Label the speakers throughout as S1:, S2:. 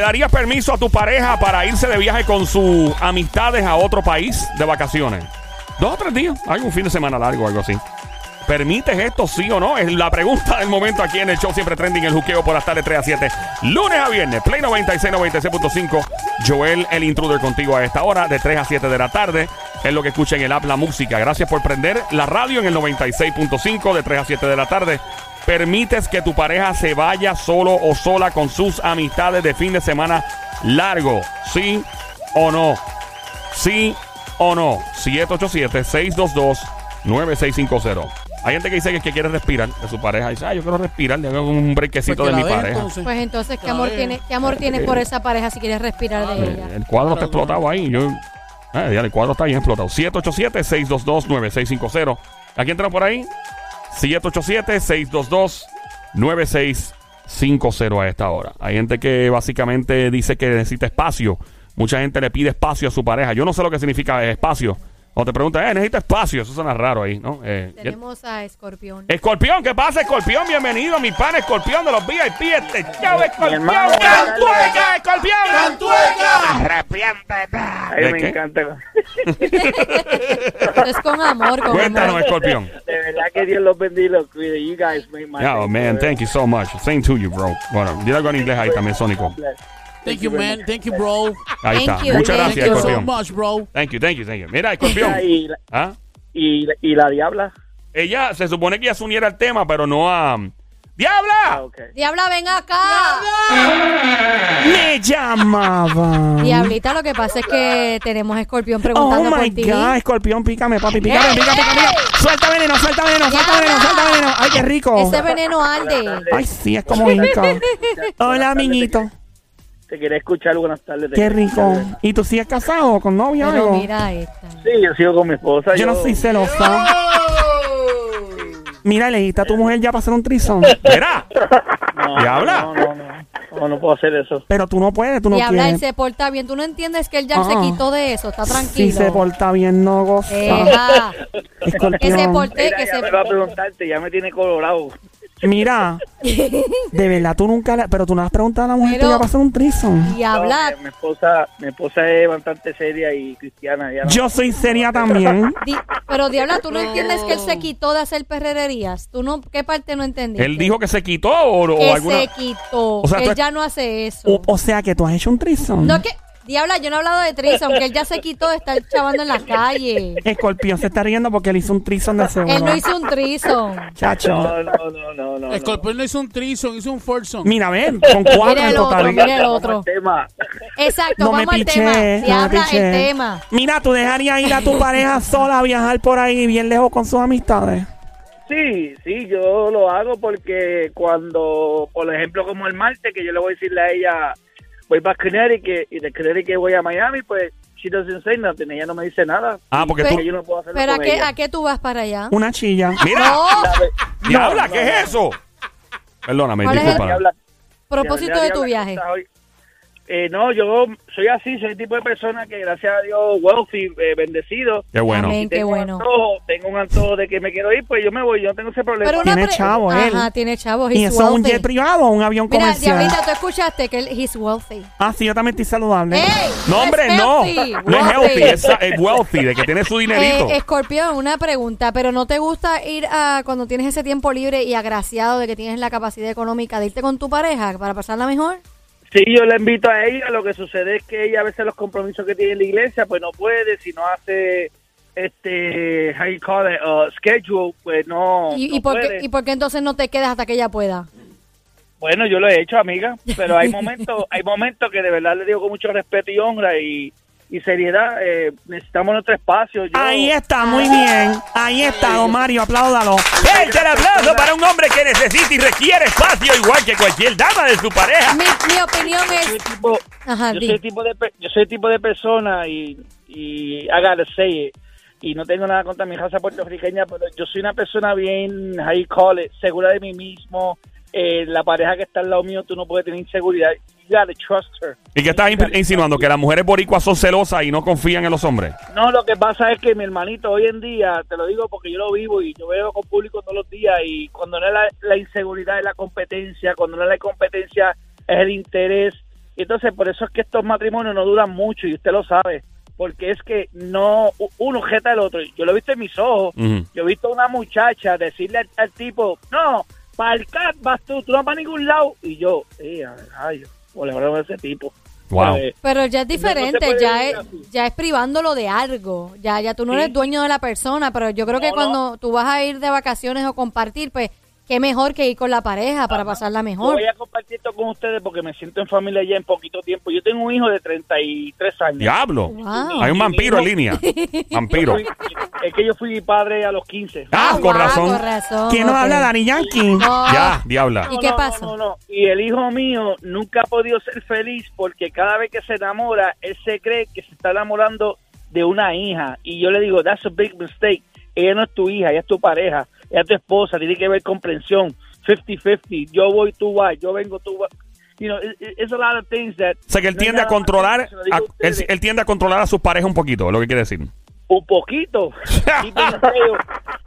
S1: darías permiso a tu pareja para irse de viaje con sus amistades a otro país de vacaciones? Dos o tres días, algún fin de semana largo, algo así. ¿Permites esto sí o no? Es la pregunta del momento aquí en el show Siempre Trending, el juqueo por las tardes 3 a 7, lunes a viernes, Play 96, 96.5. Joel, el intruder contigo a esta hora, de 3 a 7 de la tarde. Es lo que escucha en el app La Música. Gracias por prender la radio en el 96.5, de 3 a 7 de la tarde. ¿Permites que tu pareja se vaya solo o sola con sus amistades de fin de semana largo? ¿Sí o no? ¿Sí o no? 787-622-9650. Hay gente que dice que, que quiere respirar de su pareja. Dice, ah, yo quiero respirar, le hago un brequecito
S2: Pues que la
S1: de mi
S2: deje,
S1: pareja.
S2: entonces.
S3: Pues entonces, ¿qué
S2: Está
S3: amor,
S2: bien.
S3: tienes, ¿qué amor tienes por esa pareja si quieres respirar de
S1: Eh,
S3: ella?
S1: El cuadro está
S2: Claro,
S1: explotado ahí. Yo, ah, ya, el cuadro está bien explotado. 787-622-9650. Aquí entra por ahí. 787-622-9650 a esta hora. Hay gente que básicamente dice que necesita espacio. Mucha gente le pide espacio a su pareja. Yo no sé lo que significa espacio. O te preguntan, eh, necesita espacio. Eso suena raro ahí, ¿no? Eh, ya-
S3: Tenemos a Escorpión.
S4: Eh.
S1: Escorpión, ¿qué pasa, Escorpión? Bienvenido, mi pan Escorpión de los VIP. Este chavo Escorpión.
S5: hermano,
S1: ¡Cantueca, Escorpión! ¡Cantueca!
S5: Ay,
S1: ¿De
S5: me
S1: qué?
S5: encanta.
S3: Esto es con amor, con
S1: Cuéntanos,
S3: amor.
S1: Escorpión.
S5: De verdad que Dios los bendiga y los cuide. You guys make my
S1: Yeah, oh, man, thank you so much. Same to you, bro. Bueno, dile algo en inglés ahí también, Sónico.
S2: Thank you, man. Thank you, bro.
S1: Ahí
S3: Thank
S1: está.
S3: you,
S1: Muchas gracias,
S3: thank
S2: Thank you so
S1: Escorpión.
S2: much, bro.
S1: Thank you, thank you, thank you. Mira, Escorpión.
S5: Y la,
S1: ¿ah?
S5: y, la- y la diabla.
S1: Ella se supone que ya se uniera al tema, pero no a. ¡Diabla!
S5: Ah, ok.
S3: Diabla, ven acá.
S1: Me llamaba.
S3: Diablita, lo que pasa es que tenemos a Escorpión preguntando
S4: Oh
S3: por ti.
S1: Oh
S3: Eh,
S1: Escorpión, pícame, papi,
S3: pícame, pícame, pícame.
S1: Suelta veneno, suelta veneno,
S3: suelta veneno, suelta veneno.
S1: Ay, qué rico.
S3: Ese veneno arde.
S1: Ay, sí, es como rico. Hola, amiguito.
S5: Te quería escuchar. Buenas tardes. te
S4: Qué
S5: quería
S4: rico.
S5: escuchar.
S4: ¿Y tú sí es casado con novia o
S3: Pero
S4: algo?
S3: mira esta.
S5: Sí, yo sigo con mi esposa.
S4: Yo no soy celosa. Mira, Leita, tu mujer ya pasó un trizón.
S1: Mira,
S5: No,
S1: ¿Diabla?
S5: No, no, no. No, no puedo hacer eso.
S4: Pero tú no puedes, tú no
S3: Diabla, él
S4: quieres.
S3: se porta bien. Tú no entiendes que él ya se
S4: Ah.
S3: quitó de eso. Está
S4: Si
S3: tranquilo.
S4: se porta bien, no goza.
S3: Deja. Que se
S4: Escorpión.
S3: porte, que
S5: Mira,
S3: se
S5: ya me va a preguntarte. Ya me tiene colorado.
S4: Mira, de verdad, tú nunca le... Pero tú no has preguntado a la mujer
S3: Pero-
S4: que ya pasó un trizón.
S3: Diabla,
S5: No, mi, mi esposa, mi esposa es bastante seria y cristiana. Ya no-
S4: Yo soy seria también.
S3: Di- pero Diabla, tú no entiendes que él se quitó de hacer perrererías. ¿Tú no, ¿Qué parte no entendiste?
S1: él dijo que se quitó o, o
S3: que
S1: alguna.
S3: se quitó.
S1: O sea,
S3: que
S1: tú-
S3: él ya no hace eso.
S4: O, o sea que tú has hecho un trizón.
S3: No, que. Diabla, yo no he hablado de Trison, que él ya se quitó de estar chavando en la calle.
S4: Escorpión se está riendo porque él hizo un trizón de seguro.
S3: Él no hizo un Trison.
S4: Chacho.
S5: No, no, no, no, no.
S2: Escorpión no hizo un trison, hizo un foursome.
S4: Mira, ven, con cuatro
S3: Mira
S4: en
S3: el otro,
S4: total.
S3: mira el
S5: Vamos al
S3: otro.
S5: tema.
S3: Exacto,
S4: No me
S3: vamos al
S4: piché,
S3: tema.
S4: no me
S3: Diabla,
S4: piché.
S3: el tema.
S4: Mira, tú dejarías ir a tu pareja sola a viajar por ahí bien lejos con sus amistades.
S5: Sí, sí, yo lo hago porque cuando, por ejemplo, como el martes, que yo le voy a decirle a ella, voy para Connecticut y de Connecticut voy a Miami, pues she doesn't say nothing, ella no me dice nada.
S1: Ah, porque tú.
S3: Pero-
S5: yo no puedo hacerlo
S3: Pero ¿a
S5: con
S3: qué,
S5: ella.
S3: ¿a qué tú vas para allá?
S4: Una chilla.
S1: Mira,
S3: No,
S1: diabla, ¿qué es eso? Perdóname,
S3: ¿Cuál es el-
S1: disculpa.
S5: Diabla,
S3: propósito
S5: diabla,
S3: de tu
S5: diabla,
S3: viaje.
S5: ¿cómo estás hoy? Eh, no, yo soy así, soy el tipo de persona que gracias a Dios, wealthy, eh, bendecido.
S1: Qué bueno.
S3: Amén, qué
S5: tengo un
S3: bueno.
S5: antojo, tengo un antojo de que me quiero ir, pues yo me voy, yo no tengo ese problema.
S3: Pero una
S4: Tiene
S3: pre-
S4: chavo, él.
S3: Ajá, tiene chavos.
S4: Y
S3: he's
S4: eso es un
S3: wealthy.
S4: jet privado o un avión
S3: Mira,
S4: comercial.
S3: Diablita, tú escuchaste que él, he's wealthy.
S4: Ah, sí, yo también estoy saludable.
S3: ¡Ey!
S1: No, hombre,
S3: es
S1: no.
S3: healthy,
S1: No es healthy,
S3: wealthy.
S1: es, es wealthy, de que tiene su dinerito.
S3: Eh, Escorpión, una pregunta, pero ¿no te gusta ir a cuando tienes ese tiempo libre y agraciado de que tienes la capacidad económica de irte con tu pareja para pasarla mejor?
S5: Sí, yo la invito a ella. Lo que sucede es que ella a veces los compromisos que tiene en la iglesia, pues no puede. Si no hace este, how you call it, uh, schedule, pues no.
S3: ¿Y,
S5: no
S3: y por qué,
S5: puede.
S3: ¿Y por qué entonces no te quedas hasta que ella pueda?
S5: Bueno, yo lo he hecho, amiga. Pero hay momentos, hay momentos que de verdad le digo con mucho respeto y honra y, y seriedad. eh, necesitamos nuestro espacio. Yo,
S4: Ahí está, muy bien. Ahí está, don Mario, apláudalo.
S1: Gente, el aplauso para un hombre que necesita y requiere espacio, igual que cualquier dama de su pareja.
S3: Mi, mi opinión
S5: soy
S3: es...
S5: el tipo,
S3: Ajá,
S5: yo
S3: di.
S5: soy el tipo de, pe- yo soy el tipo de persona y, y I gotta say it. Y no tengo nada contra mi raza puertorriqueña, pero yo soy una persona bien, how you call it, segura de mí mismo. Eh, la pareja que está al lado mío, tú no puedes tener inseguridad. You gotta trust her.
S1: ¿Y que estás imp- insinuando? ¿Que las mujeres boricuas son celosas y no confían en los hombres?
S5: No, lo que pasa es que mi hermanito hoy en día, te lo digo porque yo lo vivo y yo veo con público todos los días y cuando no es la, la inseguridad es la competencia, cuando no es la competencia es el interés, Entonces, por eso es que estos matrimonios no duran mucho y usted lo sabe, porque es que no u- uno jeta al otro. Yo lo he visto en mis ojos,
S1: Ujú.
S5: yo he visto a una muchacha decirle al, al tipo, no, para el cat vas tú, tú no vas a ningún lado. Y yo, eh, ay, o le hablamos a ese tipo. Eh,
S1: Wow.
S5: ¿Sabes?
S3: Pero ya es
S5: No, no se
S3: diferente,
S5: puede
S3: ya,
S5: vivir
S3: es,
S5: así.
S3: ya es privándolo de algo. Ya, ya tú no
S5: Sí.
S3: eres dueño de la persona, pero yo creo que
S5: No,
S3: cuando tú vas a ir de vacaciones o compartir, pues qué mejor que ir con la pareja para pasarla
S5: Yo
S3: mejor.
S5: voy a compartir esto con ustedes porque me siento en familia ya en poquito tiempo. Yo tengo un hijo de 33 años.
S1: Diablo.
S3: Wow.
S1: Hay un vampiro en línea. Vampiro.
S5: Fui- es que yo fui padre a los 15.
S1: Ah, con
S3: Ah,
S1: razón.
S3: con razón,
S4: ¿Quién nos
S3: ok.
S4: habla, Dari Yankee?
S3: No.
S1: Ya, diabla.
S3: ¿Y qué pasó?
S5: No, no, no. Y el hijo mío nunca ha podido ser feliz porque cada vez que se enamora, él se cree que se está enamorando de una hija. Y yo le digo, that's a big mistake. Ella no es tu hija, ella es tu pareja, ella es tu esposa, tiene que haber comprensión. 50-50, yo voy, tú vas, yo vengo, tú vas. You know, it- it- it's a lot of things that...
S1: O sea que él
S5: no hay
S1: tiende a
S5: nada más
S1: controlar,
S5: que se lo digo
S1: a-
S5: a
S1: él,
S5: ustedes.
S1: él tiende a controlar a sus parejas un poquito, es lo que quiere decir.
S5: Un poquito. Sí, pero en serio,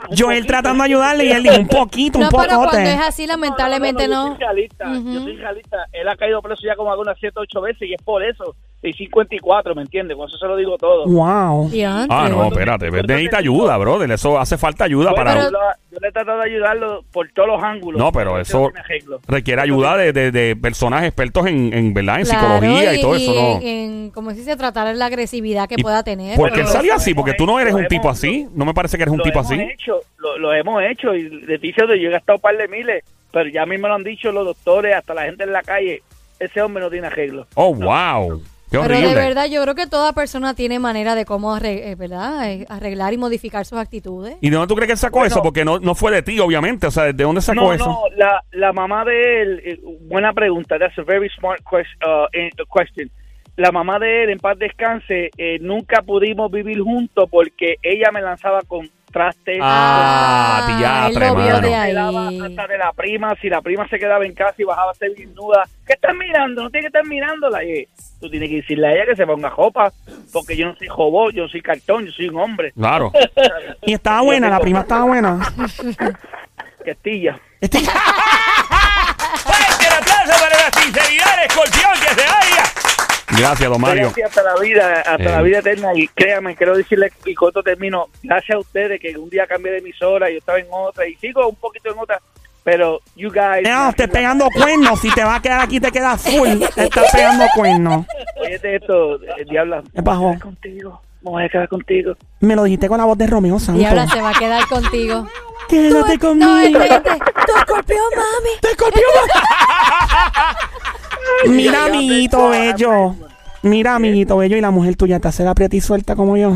S5: un
S4: Joel
S5: poquito.
S4: tratando de ayudarle y él dijo un poquito, un
S3: No, pero cuando
S4: pocote.
S3: es así, lamentablemente
S5: yo
S3: no.
S5: soy realista, yo soy realista. Él ha caído preso ya como algunas 7 8 veces y es por eso. Y 54, ¿me entiendes? Con eso se lo digo todo.
S4: Wow.
S3: Diantre.
S1: Ah, no,
S5: Cuando-
S1: espérate.
S5: cuando-
S1: Necesita ayuda, brother. Eso hace falta ayuda
S5: Bueno,
S1: para...
S5: yo, lo- yo le he tratado de ayudarlo por todos los ángulos.
S1: No, pero eso
S5: tiene arreglo.
S1: requiere ayuda de, de- de personas expertos en, en, ¿verdad? en
S3: Claro,
S1: psicología y, todo eso, ¿no?
S3: en- en- como si se tratara la agresividad que
S1: Y-
S3: pueda tener.
S1: Porque él
S5: Bueno,
S1: salió
S5: lo
S1: así, porque tú no
S5: hemos
S1: eres
S5: hecho,
S1: un tipo
S5: hemos-
S1: así. No me parece que eres un
S5: Lo
S1: tipo
S5: hemos
S1: así.
S5: Hecho, lo, lo hemos hecho y Leticia, yo he gastado un par de miles, pero ya a mí me lo han dicho los doctores, hasta la gente en la calle. Ese hombre no tiene arreglo.
S1: Oh, wow. Qué
S3: Pero
S1: horrible.
S3: de verdad, yo creo que toda persona tiene manera de cómo arre- eh, ¿verdad? Eh, arreglar y modificar sus actitudes.
S1: ¿Y de dónde tú crees que él sacó
S5: Bueno.
S1: eso? Porque no, no fue de ti, obviamente. O sea, ¿de dónde sacó
S5: No,
S1: eso?
S5: no, la, la mamá de él, eh, buena pregunta, that's a very smart ques- uh, eh, question. La mamá de él, en paz descanse, eh, nunca pudimos vivir juntos porque ella me lanzaba con trastes.
S1: Ah,
S3: Ah,
S1: diatre,
S3: él lo vio
S1: mano.
S3: de ahí.
S5: me daba hasta de la prima, si la prima se quedaba en casa y bajaba a ser desnuda, ¿qué estás mirando? No tienes que estar mirándola. Y, eh, tú tienes que decirle a ella que se ponga jopa, porque yo no soy jobó, yo no soy cartón, yo soy un hombre,
S1: Claro.
S4: Y estaba buena, la prima estaba buena.
S5: que estilla.
S4: Este-
S1: ¡Fuerte el aplauso para la sinceridad de Escorpión que se vaya! Gracias, don Mario.
S5: Gracias hasta la vida, hasta
S1: Eh.
S5: la vida eterna. Y créanme, quiero decirles, y con esto termino, gracias a ustedes que un día cambié de emisora, yo estaba en otra y sigo un poquito en otra, pero you guys...
S4: No, estás pegando cuernos. Si te vas a quedar aquí, te quedas full. Te estás pegando cuernos.
S5: Oye, esto, eh, diabla,
S4: ¿Qué pasó?
S5: contigo, me voy a quedar contigo.
S4: Me lo dijiste con la voz de Romeo
S3: Y
S4: Santos.
S3: ahora se va a quedar contigo.
S4: Quédate
S3: Tú-
S4: conmigo.
S3: No, espérate. Tú, escorpión, mami.
S4: ¡Te escorpión! Mira, amiguito bello. Mira, amiguito bello. Y la mujer tuya te hace la prieta y suelta como yo.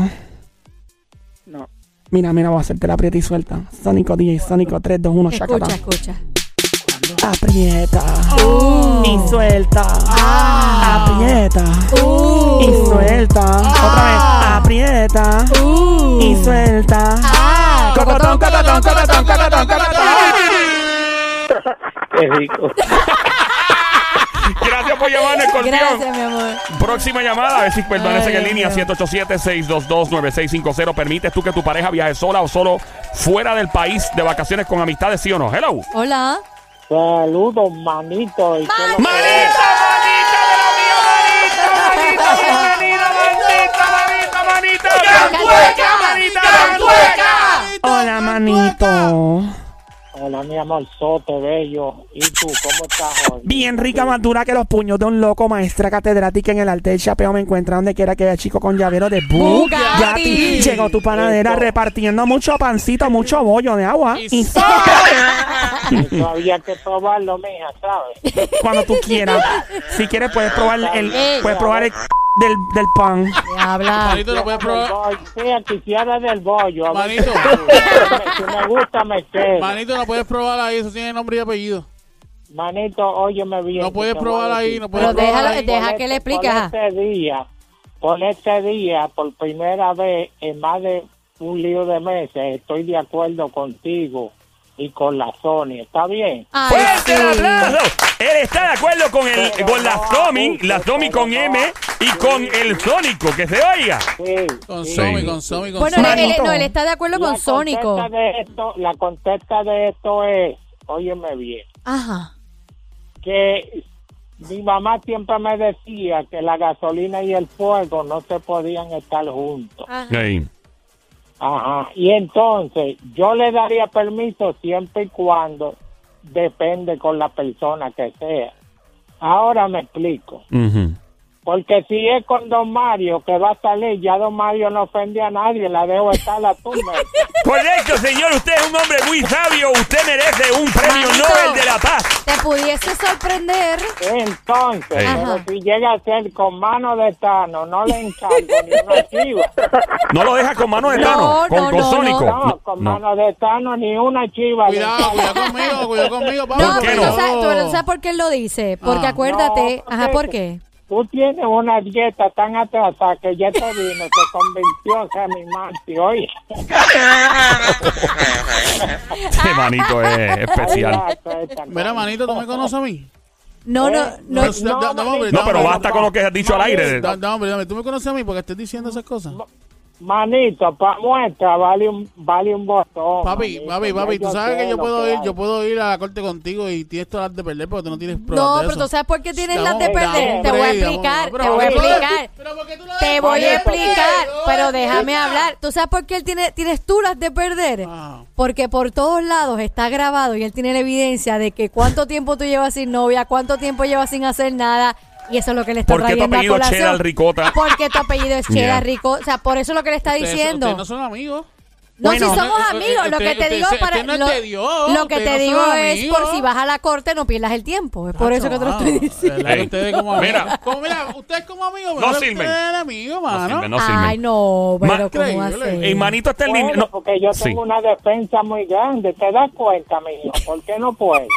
S5: No.
S4: Mira, mira, voy a hacerte la aprieta y suelta. Sónico DJ, Sónico 3, 2, 1, chacata.
S3: Escucha, escucha.
S4: Aprieta. Y suelta. Aprieta.
S3: Uh.
S4: Y suelta. Otra vez. Aprieta.
S3: Uh.
S4: Y suelta.
S3: Ah,
S4: Cocotón, cocotón, cocotón, cocotón, cocotón.
S5: Qué rico.
S1: Gracias por llamar, Escorpión.
S3: Gracias, mi amor.
S1: Próxima llamada, a ver si permanecen
S3: Ay,
S1: en línea,
S3: Dios.
S1: 787-622-9650. ¿Permites tú que tu pareja viaje sola o solo fuera del país de vacaciones con amistades, sí o no? Hello.
S3: Hola.
S6: Saludos, manito. ¿Y qué es lo que es?
S4: Hola, manito.
S6: Hola, mi amor, Soto, bello. ¿Y tú, cómo estás hoy?
S4: Bien rica, más dura que los puños de un loco, maestra catedrática en el arte del chapeo. Me encuentra donde quiera que haya chico con llavero de Bugatti.
S3: Bugatti.
S4: Llegó tu panadera repartiendo mucho pancito, mucho bollo de agua. Y
S2: Y
S6: Eso había que probarlo, mija, ¿sabes?
S4: cuando tú quieras. Si quieres, puedes probar el,
S3: Ey.
S4: puedes probar el del, del pan.
S3: Diabla.
S2: Manito, lo puedes
S6: Del
S2: probar.
S6: bollo. Sí, aquí sí habla del bollo. a ver
S2: Manito.
S6: Si me gusta, me quedo.
S2: Manito, lo puedes probar ahí. Eso tiene nombre y apellido.
S6: Manito, óyeme bien.
S2: No
S6: que
S2: puedes
S6: te
S2: probar
S6: voy a
S2: ahí.
S6: decir.
S2: No puedes
S3: Pero
S2: probar
S3: déjala-
S2: ahí.
S3: deja que le
S6: Por
S3: explique. ajá.
S6: este día, por este día, por primera vez en más de un lío de meses, estoy de acuerdo contigo y con la Sony. ¿Está bien?
S3: Ay,
S1: ¡Fuerte el
S3: sí.
S1: aplauso! Él está de acuerdo con el
S6: Pero
S1: con la
S6: no,
S1: Somi,
S6: justo,
S1: la Somi
S6: pero
S1: con
S6: no.
S1: M y con el Sónico, que se oiga.
S6: Sí.
S2: Con
S6: sí.
S2: Somi,
S1: Sí.
S2: con Somi, con
S3: Bueno, eh,
S2: Somi.
S3: él- él,
S4: Manito.
S3: no, él está de acuerdo
S6: La
S3: con Sónico.
S6: contesta de esto- la contesta de esto es, óyeme bien,
S3: Ajá.
S6: que Mi mamá siempre me decía que la gasolina y el fuego no se podían estar juntos.
S3: Ajá.
S1: Ey.
S6: Ajá. Y entonces yo le daría permiso siempre y cuando depende con la persona que sea. Ahora me explico.
S1: Ujú.
S6: Porque si es con Don Mario que va a salir, ya Don Mario no ofende a nadie, la dejo estar la tumba.
S1: Correcto, señor. Usted es un hombre muy sabio. Usted merece un premio
S3: Manito.
S1: Nobel de la Paz.
S3: Te pudiese sorprender.
S6: Entonces,
S1: Ey.
S6: pero
S3: Ajá.
S6: si llega a ser con mano de Tano, no le encargo ni una chiva.
S1: No lo deja con mano de
S3: No,
S1: Tano,
S3: no,
S1: con, con
S3: no, no.
S1: Sónico.
S6: No, con
S1: No.
S6: mano de Tano ni una chiva. le
S2: Cuidado,
S6: encargo.
S2: cuidado conmigo, cuidado conmigo, papá.
S3: No,
S1: qué
S3: pero
S1: no?
S3: tú sabes, tú- tú sabes por qué él lo dice. Porque
S2: Ah.
S3: acuérdate.
S6: No,
S3: Ajá, ¿por
S6: porque-
S3: qué?
S6: Tú tienes una dieta tan atrasada que ya te vino, te convirtió en mi mate, oye.
S1: Este manito es especial.
S2: Mira, manito, ¿tú me conoces a mí?
S3: No,
S6: Eh,
S3: no, no.
S2: Pero- da- da- dame, hombre,
S1: No, pero
S2: dame,
S1: basta con lo que has dicho al aire.
S2: da- da- hombre, dame, ¿tú me conoces a mí porque estás diciendo esas cosas?
S6: Manito, pa' muestra, vale un, vale un botón.
S2: Papi,
S6: manito,
S2: papi,
S6: ya
S2: papi, tú sabes
S6: sé
S2: que yo
S6: lo
S2: puedo
S6: que
S2: ir,
S6: hay.
S2: yo puedo ir a la corte contigo y tienes todas las de perder porque tú no tienes pruebas
S3: No,
S2: de
S3: pero
S2: eso.
S3: tú sabes por qué tienes las de
S2: Dame,
S3: perder.
S2: dame,
S3: Te voy a
S2: dame,
S3: explicar,
S2: pero
S3: te voy
S2: ¿por
S3: a
S2: qué tú le-
S3: explicar.
S2: pero ¿por qué tú le
S3: Te
S2: das-
S3: voy a
S6: Manito.
S3: explicar,
S2: Oye,
S3: pero
S2: oye.
S3: déjame hablar. ¿Tú sabes por qué él tiene, tienes tú las de perder?
S2: Ah.
S3: Porque por todos lados está grabado y él tiene la evidencia de que cuánto tiempo tú llevas sin novia, cuánto tiempo llevas sin hacer nada. Y eso es lo que le está
S1: ¿Por qué tu
S3: trayendo a
S1: apellido es
S3: colación.
S1: Cheddar Ricota?
S3: Porque tu apellido es
S1: Yeah.
S3: Cheddar Ricota. O sea, por eso es lo que le está
S2: Ustedes-
S3: diciendo.
S2: ustedes no son amigos.
S3: No,
S4: Bueno.
S3: si somos
S2: Usted-
S3: amigos, lo que
S2: usted-
S3: te
S2: usted
S3: digo
S2: se-
S3: para
S2: usted no
S3: lo,
S2: te dio,
S3: lo que
S2: usted
S3: te
S2: no
S3: digo
S2: son
S3: es
S2: amigos.
S3: por si vas a la corte no pierdas el tiempo. Es por eso que te lo estoy diciendo.
S1: Ey. Mira.
S2: Mira, como, mira, ustedes como amigos,
S1: No
S2: pero ustedes
S1: sirven.
S2: eran amigos, mano.
S1: sirven, no sirven.
S3: Ay, no, pero
S1: Ma-
S3: ¿cómo
S2: Increíble.
S3: hacer?
S1: Y manito está el
S6: Bueno,
S1: niño. no.
S6: porque yo
S1: Sí.
S6: tengo una defensa muy grande, ¿te das cuenta, mijo? ¿Por qué no puedes?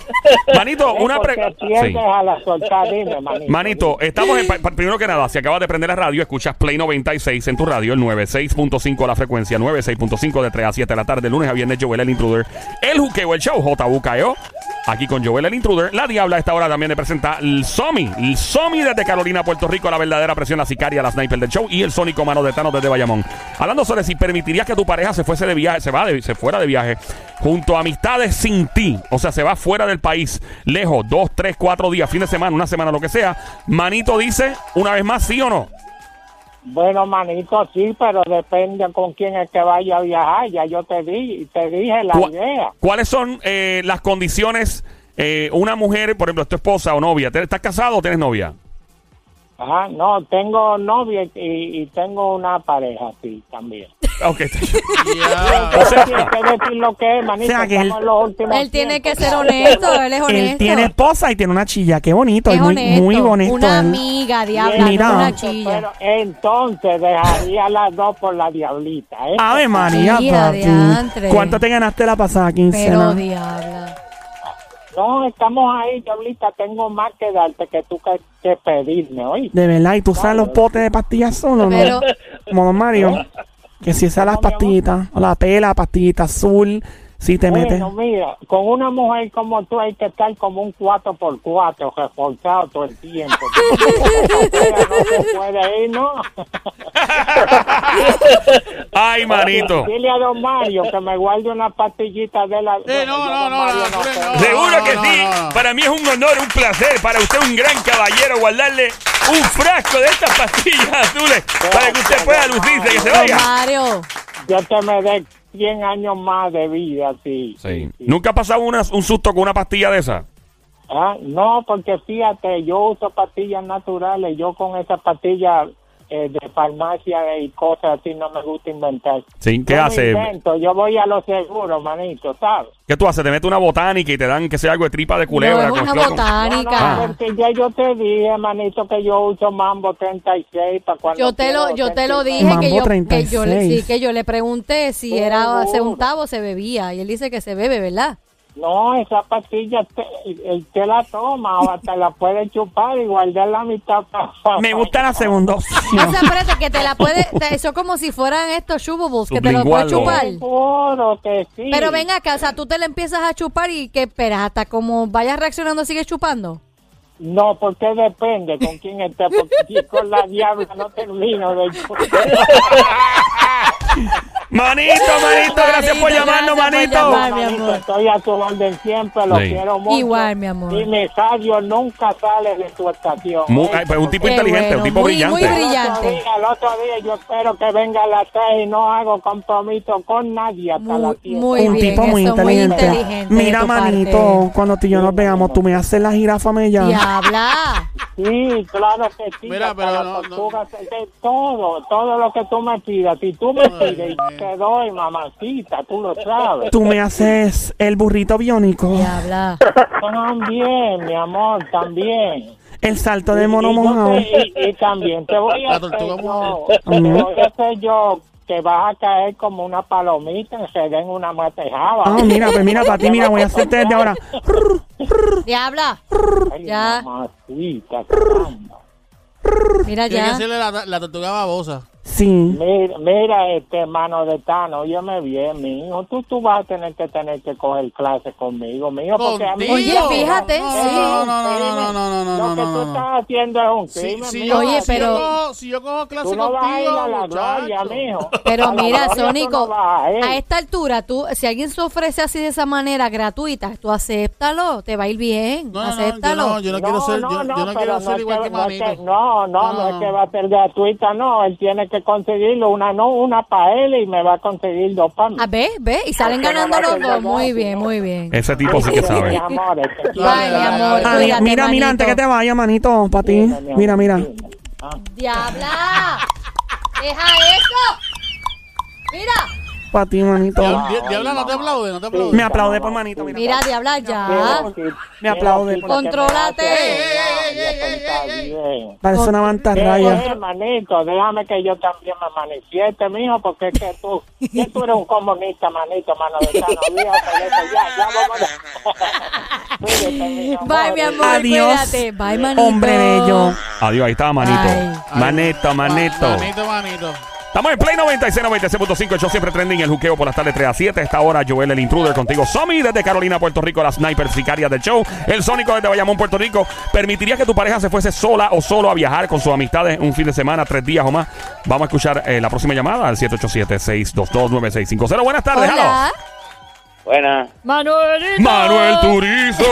S1: Manito, Oh, una
S6: Porque
S1: pregunta.
S6: tiendes a la soltar, dime, manito.
S1: Manito, estamos en, pa- pa- primero que nada, si acabas de prender la radio, escuchas Play 96 en tu radio, el 96.5 la frecuencia, 96.5 de 3 a 7 de la tarde, lunes a viernes, Joel el Intruder, el juqueo, el show, JUKEO, E aquí con Joel el Intruder, la diabla a esta hora también le presenta el Somi, el Somi desde Carolina, Puerto Rico, la verdadera presión, la sicaria, la sniper del show y el sónico mano de Thanos desde Bayamón. Hablando sobre si permitirías que tu pareja se fuese de viaje, se va de- se fuera de viaje, junto a amistades sin ti, o sea, se va fuera del país, lejos, dos, tres, cuatro días, fin de semana, una semana, lo que sea. Manito dice, una vez más, sí o no.
S6: Bueno, manito, sí, pero depende con quién es que vaya a viajar. Ya yo te di, te dije la
S1: Cu-
S6: idea.
S1: ¿Cuáles son eh, las condiciones? eh, una mujer, por ejemplo, es tu esposa o novia, ¿te- ¿estás casado o tienes novia?
S6: Ajá, no, tengo novia y, y tengo una pareja, sí, también.
S1: Ok.
S2: Ya.
S1: O sea,
S6: Tienes que decir lo que es, manito.
S4: O sea, que
S6: estamos
S4: él-
S6: en los últimos
S3: Él tiene que
S6: tiempos.
S3: ser honesto, él es honesto.
S4: Él tiene esposa y tiene una chilla. Qué bonito.
S3: es
S4: Es muy,
S3: honesto.
S4: muy honesto.
S3: Una
S4: él.
S3: amiga, diabla,
S4: Mira.
S3: no una
S4: Pero-
S3: chilla.
S6: Pero entonces dejaría las dos por la diablita, ¿eh?
S4: Ave María,
S3: Sí, adiantre.
S4: papi. ¿Cuánto te ganaste la pasada
S3: Pero
S4: quincena?
S3: diabla.
S6: No, estamos ahí, diablita. Tengo más que darte que tú que, que pedirme, oye.
S4: de verdad, ¿y tú usas los potes de pastillas solo, no?
S3: Pero-
S4: Como don Mario. Que si usas las
S6: No, mi amor.
S4: pastillitas, o la tela, pastillita azul, si te metes.
S6: Bueno, mira, con una mujer como tú hay que estar como un 4x4 reforzado todo el tiempo. no se puede ir, ¿no?
S1: Ay, manito.
S6: Dile a don Mario que me guarde una pastillita de la...
S2: Eh, no, no,
S6: Bueno, yo don
S2: no,
S6: Mario
S2: no, tú eres-
S6: sé.
S2: no.
S1: Seguro que
S2: no,
S1: sí.
S2: no, no.
S1: Para mí es un honor, un placer. Para usted, un gran caballero, guardarle un frasco de estas pastillas azules para que usted pueda lucirse que se
S3: Don
S1: vaya.
S3: Mario.
S6: Yo te me dé 100 años más de vida, sí.
S1: Sí.
S6: sí.
S1: ¿Nunca ha pasado una- un susto con una pastilla de esa?
S6: Ah, no, porque fíjate, yo uso pastillas naturales. Yo con esas pastillas eh, de farmacia y cosas así no me gusta inventar.
S1: Sí, ¿qué
S6: Yo no
S1: hace?
S6: invento, yo voy a lo seguro, manito, ¿sabes?
S1: ¿Qué tú haces? Te mete una botánica y te dan, que sea algo de tripa de culebra.
S3: No
S1: con
S3: es una
S1: floco.
S3: botánica.
S1: Ah.
S6: Porque ya yo te dije, manito, que yo uso Mambo 36 para cuando
S3: Yo te lo,
S6: quiero
S3: yo te lo
S6: 36.
S3: dije que
S4: Mambo
S3: yo, que yo le,
S4: 36.
S3: sí, que yo le pregunté si era se untaba o se bebía y él dice que se bebe, ¿verdad?
S6: No, esa pastilla, te, el que la toma o hasta la puede chupar y guardar la mitad para...
S4: Me gusta la segunda
S3: O
S4: opción.
S3: sea, espérate Ah, que te la puede, te- eso como si fueran estos chupables que te lo
S1: Sublingual,
S3: puedes
S1: ¿no?
S3: chupar.
S6: Seguro que sí.
S3: Pero ven acá, o sea, tú te la empiezas a chupar y que esperas hasta como vayas reaccionando sigues chupando.
S6: No, porque depende con quién esté, porque si con la diabla no termino de chupar.
S1: Manito, manito, gracias por
S3: Manito,
S1: llamarnos,
S3: gracias por
S1: manito.
S3: llamar. mi
S6: Manito,
S3: amor.
S6: Estoy a tu orden siempre, lo
S1: Sí.
S6: quiero mucho.
S3: Igual, mi amor.
S6: Y mi sabio nunca sale de tu estación.
S1: Mu-
S6: ¿eh?
S1: ay, pues un tipo
S3: Qué
S1: inteligente,
S3: bueno,
S1: un tipo
S3: muy,
S1: brillante.
S3: muy
S6: El otro
S3: brillante.
S6: día, el otro día yo espero que venga a las tres y no hago compromiso con nadie hasta la
S3: Muy,
S6: fiesta.
S3: muy
S4: un
S3: bien,
S4: tipo muy
S3: eso,
S4: inteligente.
S3: inteligente de
S4: Mira,
S3: tu parte.
S4: manito, cuando tú y yo nos veamos, tú me haces la jirafa mella.
S3: Diabla.
S6: Sí, claro que sí.
S2: Mira,
S6: hasta
S2: pero
S6: las
S2: no, no.
S6: tortugas, de todo, todo lo que tú me pidas. Si tú me
S2: Ay,
S6: pides,
S2: Dios
S6: yo te doy, mamacita, tú lo sabes.
S4: Tú me haces el burrito biónico,
S3: Diabla.
S6: También, mi amor, también.
S4: el salto de mono
S6: Y yo
S4: mojado.
S6: te- y, y también te voy a
S2: La
S6: hacer
S2: tortuga
S6: yo,
S2: mojada.
S6: te
S4: Ajá.
S6: voy a hacer yo que vas a caer como una palomita enredada en una matejada.
S4: Ah, mira, pues mira, para ti, mira, voy a hacerte desde ahora.
S3: Diabla.
S6: Ay,
S3: ya.
S6: mamacita, caramba.
S3: Mira
S2: Tiene que
S3: ya.
S2: hacerle la, la tortuga babosa.
S4: Sí.
S6: Mira, mira, este mano de Tano, óyeme bien, mi hijo. Tú, tú vas a tener que tener que coger clases conmigo, mi hijo, porque a mí...
S2: Contigo.
S3: Oye, fíjate,
S2: No,
S3: sí.
S2: No, no, no, no, no, no, no, no,
S6: Lo que
S2: no,
S6: tú
S2: no, no.
S6: estás haciendo es un
S2: Si,
S6: crimen,
S2: si
S6: mijo.
S2: yo,
S3: Oye,
S2: si
S3: pero-
S2: yo cojo- si yo cojo clase
S6: Tú no vas a ir
S2: contigo,
S6: a la gloria,
S2: muchacho.
S6: mijo. A
S3: Pero
S6: la
S3: mira,
S6: gloria tú no eh.
S3: Sónico,
S6: vas a ir.
S3: a este- esta altura, tú, si alguien se ofrece así de esa manera gratuita, tú acéptalo, te va a ir bien,
S2: No, no, no, yo
S3: acéptalo.
S2: no, yo no quiero ser, yo, yo no
S6: pero
S2: quiero ser
S6: es
S2: igual que
S6: no es
S2: Manito.
S6: no, no, no, es que va a ser gratuita, no. Él tiene que conseguirlo, una no, una para él y me va a conseguir dos para mí.
S3: A ver, Ah, ve, y salen
S6: Porque no
S3: ganando
S6: va a
S3: los
S6: ser
S3: dos.
S6: verdad,
S3: Muy
S6: si
S3: bien,
S6: no.
S3: muy bien.
S1: Ese tipo sí que
S6: Mira, Mi
S1: sabe.
S6: amor, es que-
S3: Bye, mi amor.
S4: Ah,
S3: cuídate,
S4: Eh, mira, mira, antes que
S3: manito.
S4: te vaya, manito, para ti. Mira, mira.
S3: ¡Diabla! ¡Deja eso! ¡Mira!
S4: Para ti, manito.
S2: Diabla, di- diabla, no te aplaude, no te aplaude.
S4: Me aplaude por manito, mira.
S3: Mira, Diabla, ya.
S4: Me aplaude.
S3: Ah. Contrólate.
S4: Parece una mantarraya.
S6: Déjame, manito, déjame que yo también me manifieste, mijo, porque es que tú, que tú eres un comunista, manito, mano de sano. olvídate de eso, Ya, ya, vámonos. Cuídate, mi amor.
S3: Bye, mi amor.
S4: Adiós.
S3: Cuídate. Bye, manito.
S4: Hombre bello.
S1: Adiós, ahí estaba Manito.
S3: Ay.
S1: Manito, Manito.
S2: Manito, manito.
S1: Estamos en Play 96, 96.5. Yo siempre trending el juqueo por las tardes 3 a 7. A Esta hora, Joel el intruder contigo. Somi desde Carolina, Puerto Rico, la sniper sicaria del show. El Sónico desde Bayamón, Puerto Rico. ¿Permitirías que tu pareja se fuese sola o solo a viajar con sus amistades un fin de semana, tres días o más? Vamos a escuchar eh, la próxima llamada al 787-622-9650. Buenas tardes,
S3: Hola.
S7: Buenas.
S3: Manuelito.
S1: Manuel Turizo.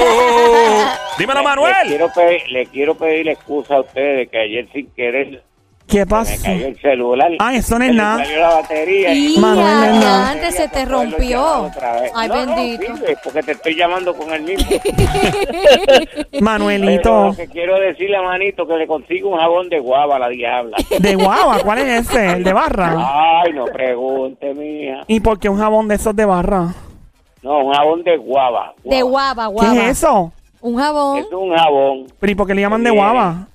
S1: Dímelo,
S7: Le
S1: Manuel.
S7: quiero, pedir, le quiero pedir excusa a ustedes de que ayer sin querer
S4: ¿Qué
S7: me
S4: pasa?
S7: cayó el celular.
S4: Ah, eso no es
S7: Se me
S4: nada.
S7: salió la batería.
S3: Y
S4: Manuel,
S3: ya,
S4: no.
S3: ya, antes se te
S7: Para poderlo llamar
S3: rompió.
S7: otra vez.
S3: Ay,
S7: No, no,
S3: bendito.
S7: sirve, porque te estoy llamando con el mismo. Pero
S4: Manuelito.
S7: lo que quiero decirle a Manito que le consigo un jabón de guava a la diabla.
S4: De guava, ¿cuál es ese? ¿El de barra?
S7: Ay, no pregunte, mija.
S4: ¿Y por qué un jabón de esos de barra?
S7: No, un jabón de guava.
S3: De guava, guava.
S4: ¿Qué es eso?
S3: Un jabón.
S7: Es un jabón.
S4: ¿Pero y por qué le llaman de
S7: Bien.
S4: guava?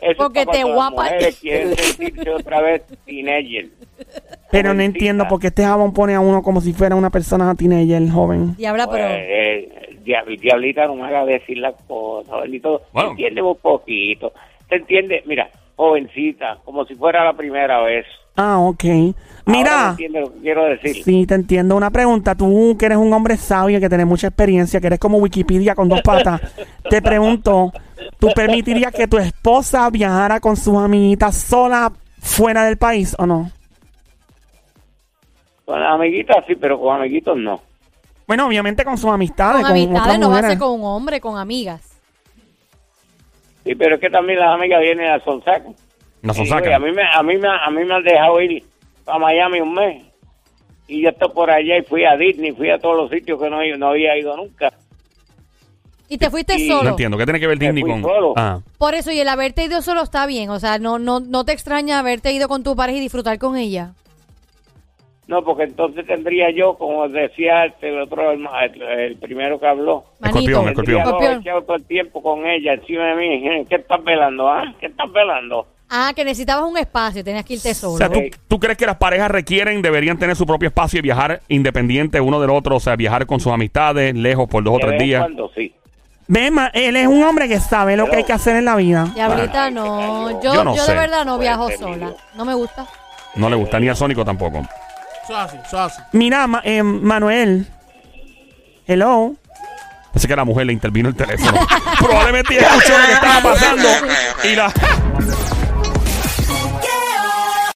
S7: Eso es
S3: Porque
S7: para
S3: te
S7: cuando
S3: guapa.
S7: Las mujeres quieren sentirse otra vez teenager.
S4: Pero no
S7: Jovencita.
S4: entiendo por qué este jabón pone a uno como si fuera una persona teenager joven.
S3: Diabla,
S7: Pues,
S3: pero.
S7: eh, diab- diablita, no me haga decir las cosas, bendito.
S1: Bueno.
S7: Entiende un poquito. ¿Te entiende? Mira, jovencita, como si fuera la primera vez.
S4: Ah, ok.
S7: Ahora me
S4: Mira,
S7: entiende lo que quiero decir.
S4: sí, te entiendo. Una pregunta. Tú, que eres un hombre sabio, que tienes mucha experiencia, que eres como Wikipedia con dos patas, te pregunto, ¿tú permitirías que tu esposa viajara con sus amiguitas sola fuera del país o no?
S7: Con amiguitas sí, pero con amiguitos no.
S4: Bueno, obviamente con sus amistades,
S3: Con
S4: con, otras
S3: amistades no va a ser
S4: mujeres.
S3: con un hombre, con amigas.
S7: Sí, pero es que también las amigas vienen a Sonsaca.
S1: Nos
S7: Y,
S1: sacan.
S7: oye, a, mí me, a, mí me, a mí me han dejado ir a Miami un mes. Y yo estoy por allá y fui a Disney, fui a todos los sitios que no, he- no había ido nunca.
S3: Y te fuiste
S7: Y-
S1: No
S3: solo.
S1: entiendo. ¿Qué tiene que ver Disney
S7: fui
S1: con.?
S7: solo.
S1: Ah.
S3: Por eso, y el haberte ido solo está bien. O sea, no, no, no te extraña haberte ido con tu pareja y disfrutar con ella.
S7: No, porque entonces tendría yo, como decía el otro, herma- el, el primero que habló,
S3: Manito.
S1: Escorpión, escorpión.
S7: tendría yo
S3: Escorpión.
S7: echado todo el tiempo con ella encima de mí. ¿Qué estás velando, ah? ¿Qué estás velando?
S3: Ah, que necesitabas un espacio, tenías que irte solo.
S1: O sea, ¿tú,
S7: Ok.
S1: tú crees que las parejas requieren, deberían tener su propio espacio y viajar independiente uno del otro? O sea, viajar con sus amistades, lejos por dos o
S7: De
S1: tres
S7: vez en
S1: días.
S7: Cuando, sí.
S4: Ve, ma- él es un hombre que sabe lo que hay que hacer en la vida.
S3: Diablita,
S7: Ay,
S3: no.
S7: qué cayó.
S3: Yo,
S1: Yo
S3: yo,
S1: no
S3: de
S1: sé.
S3: verdad no
S7: Pues,
S3: viajo
S7: Emilio.
S3: sola. No me gusta.
S1: No le gusta ni al Sónico tampoco.
S2: Eso es así, eso es así.
S4: Mira, ma- eh, Manuel. Hello.
S1: Así que a la mujer le intervino el teléfono. Probablemente ella escuchó lo que estaba pasando y la.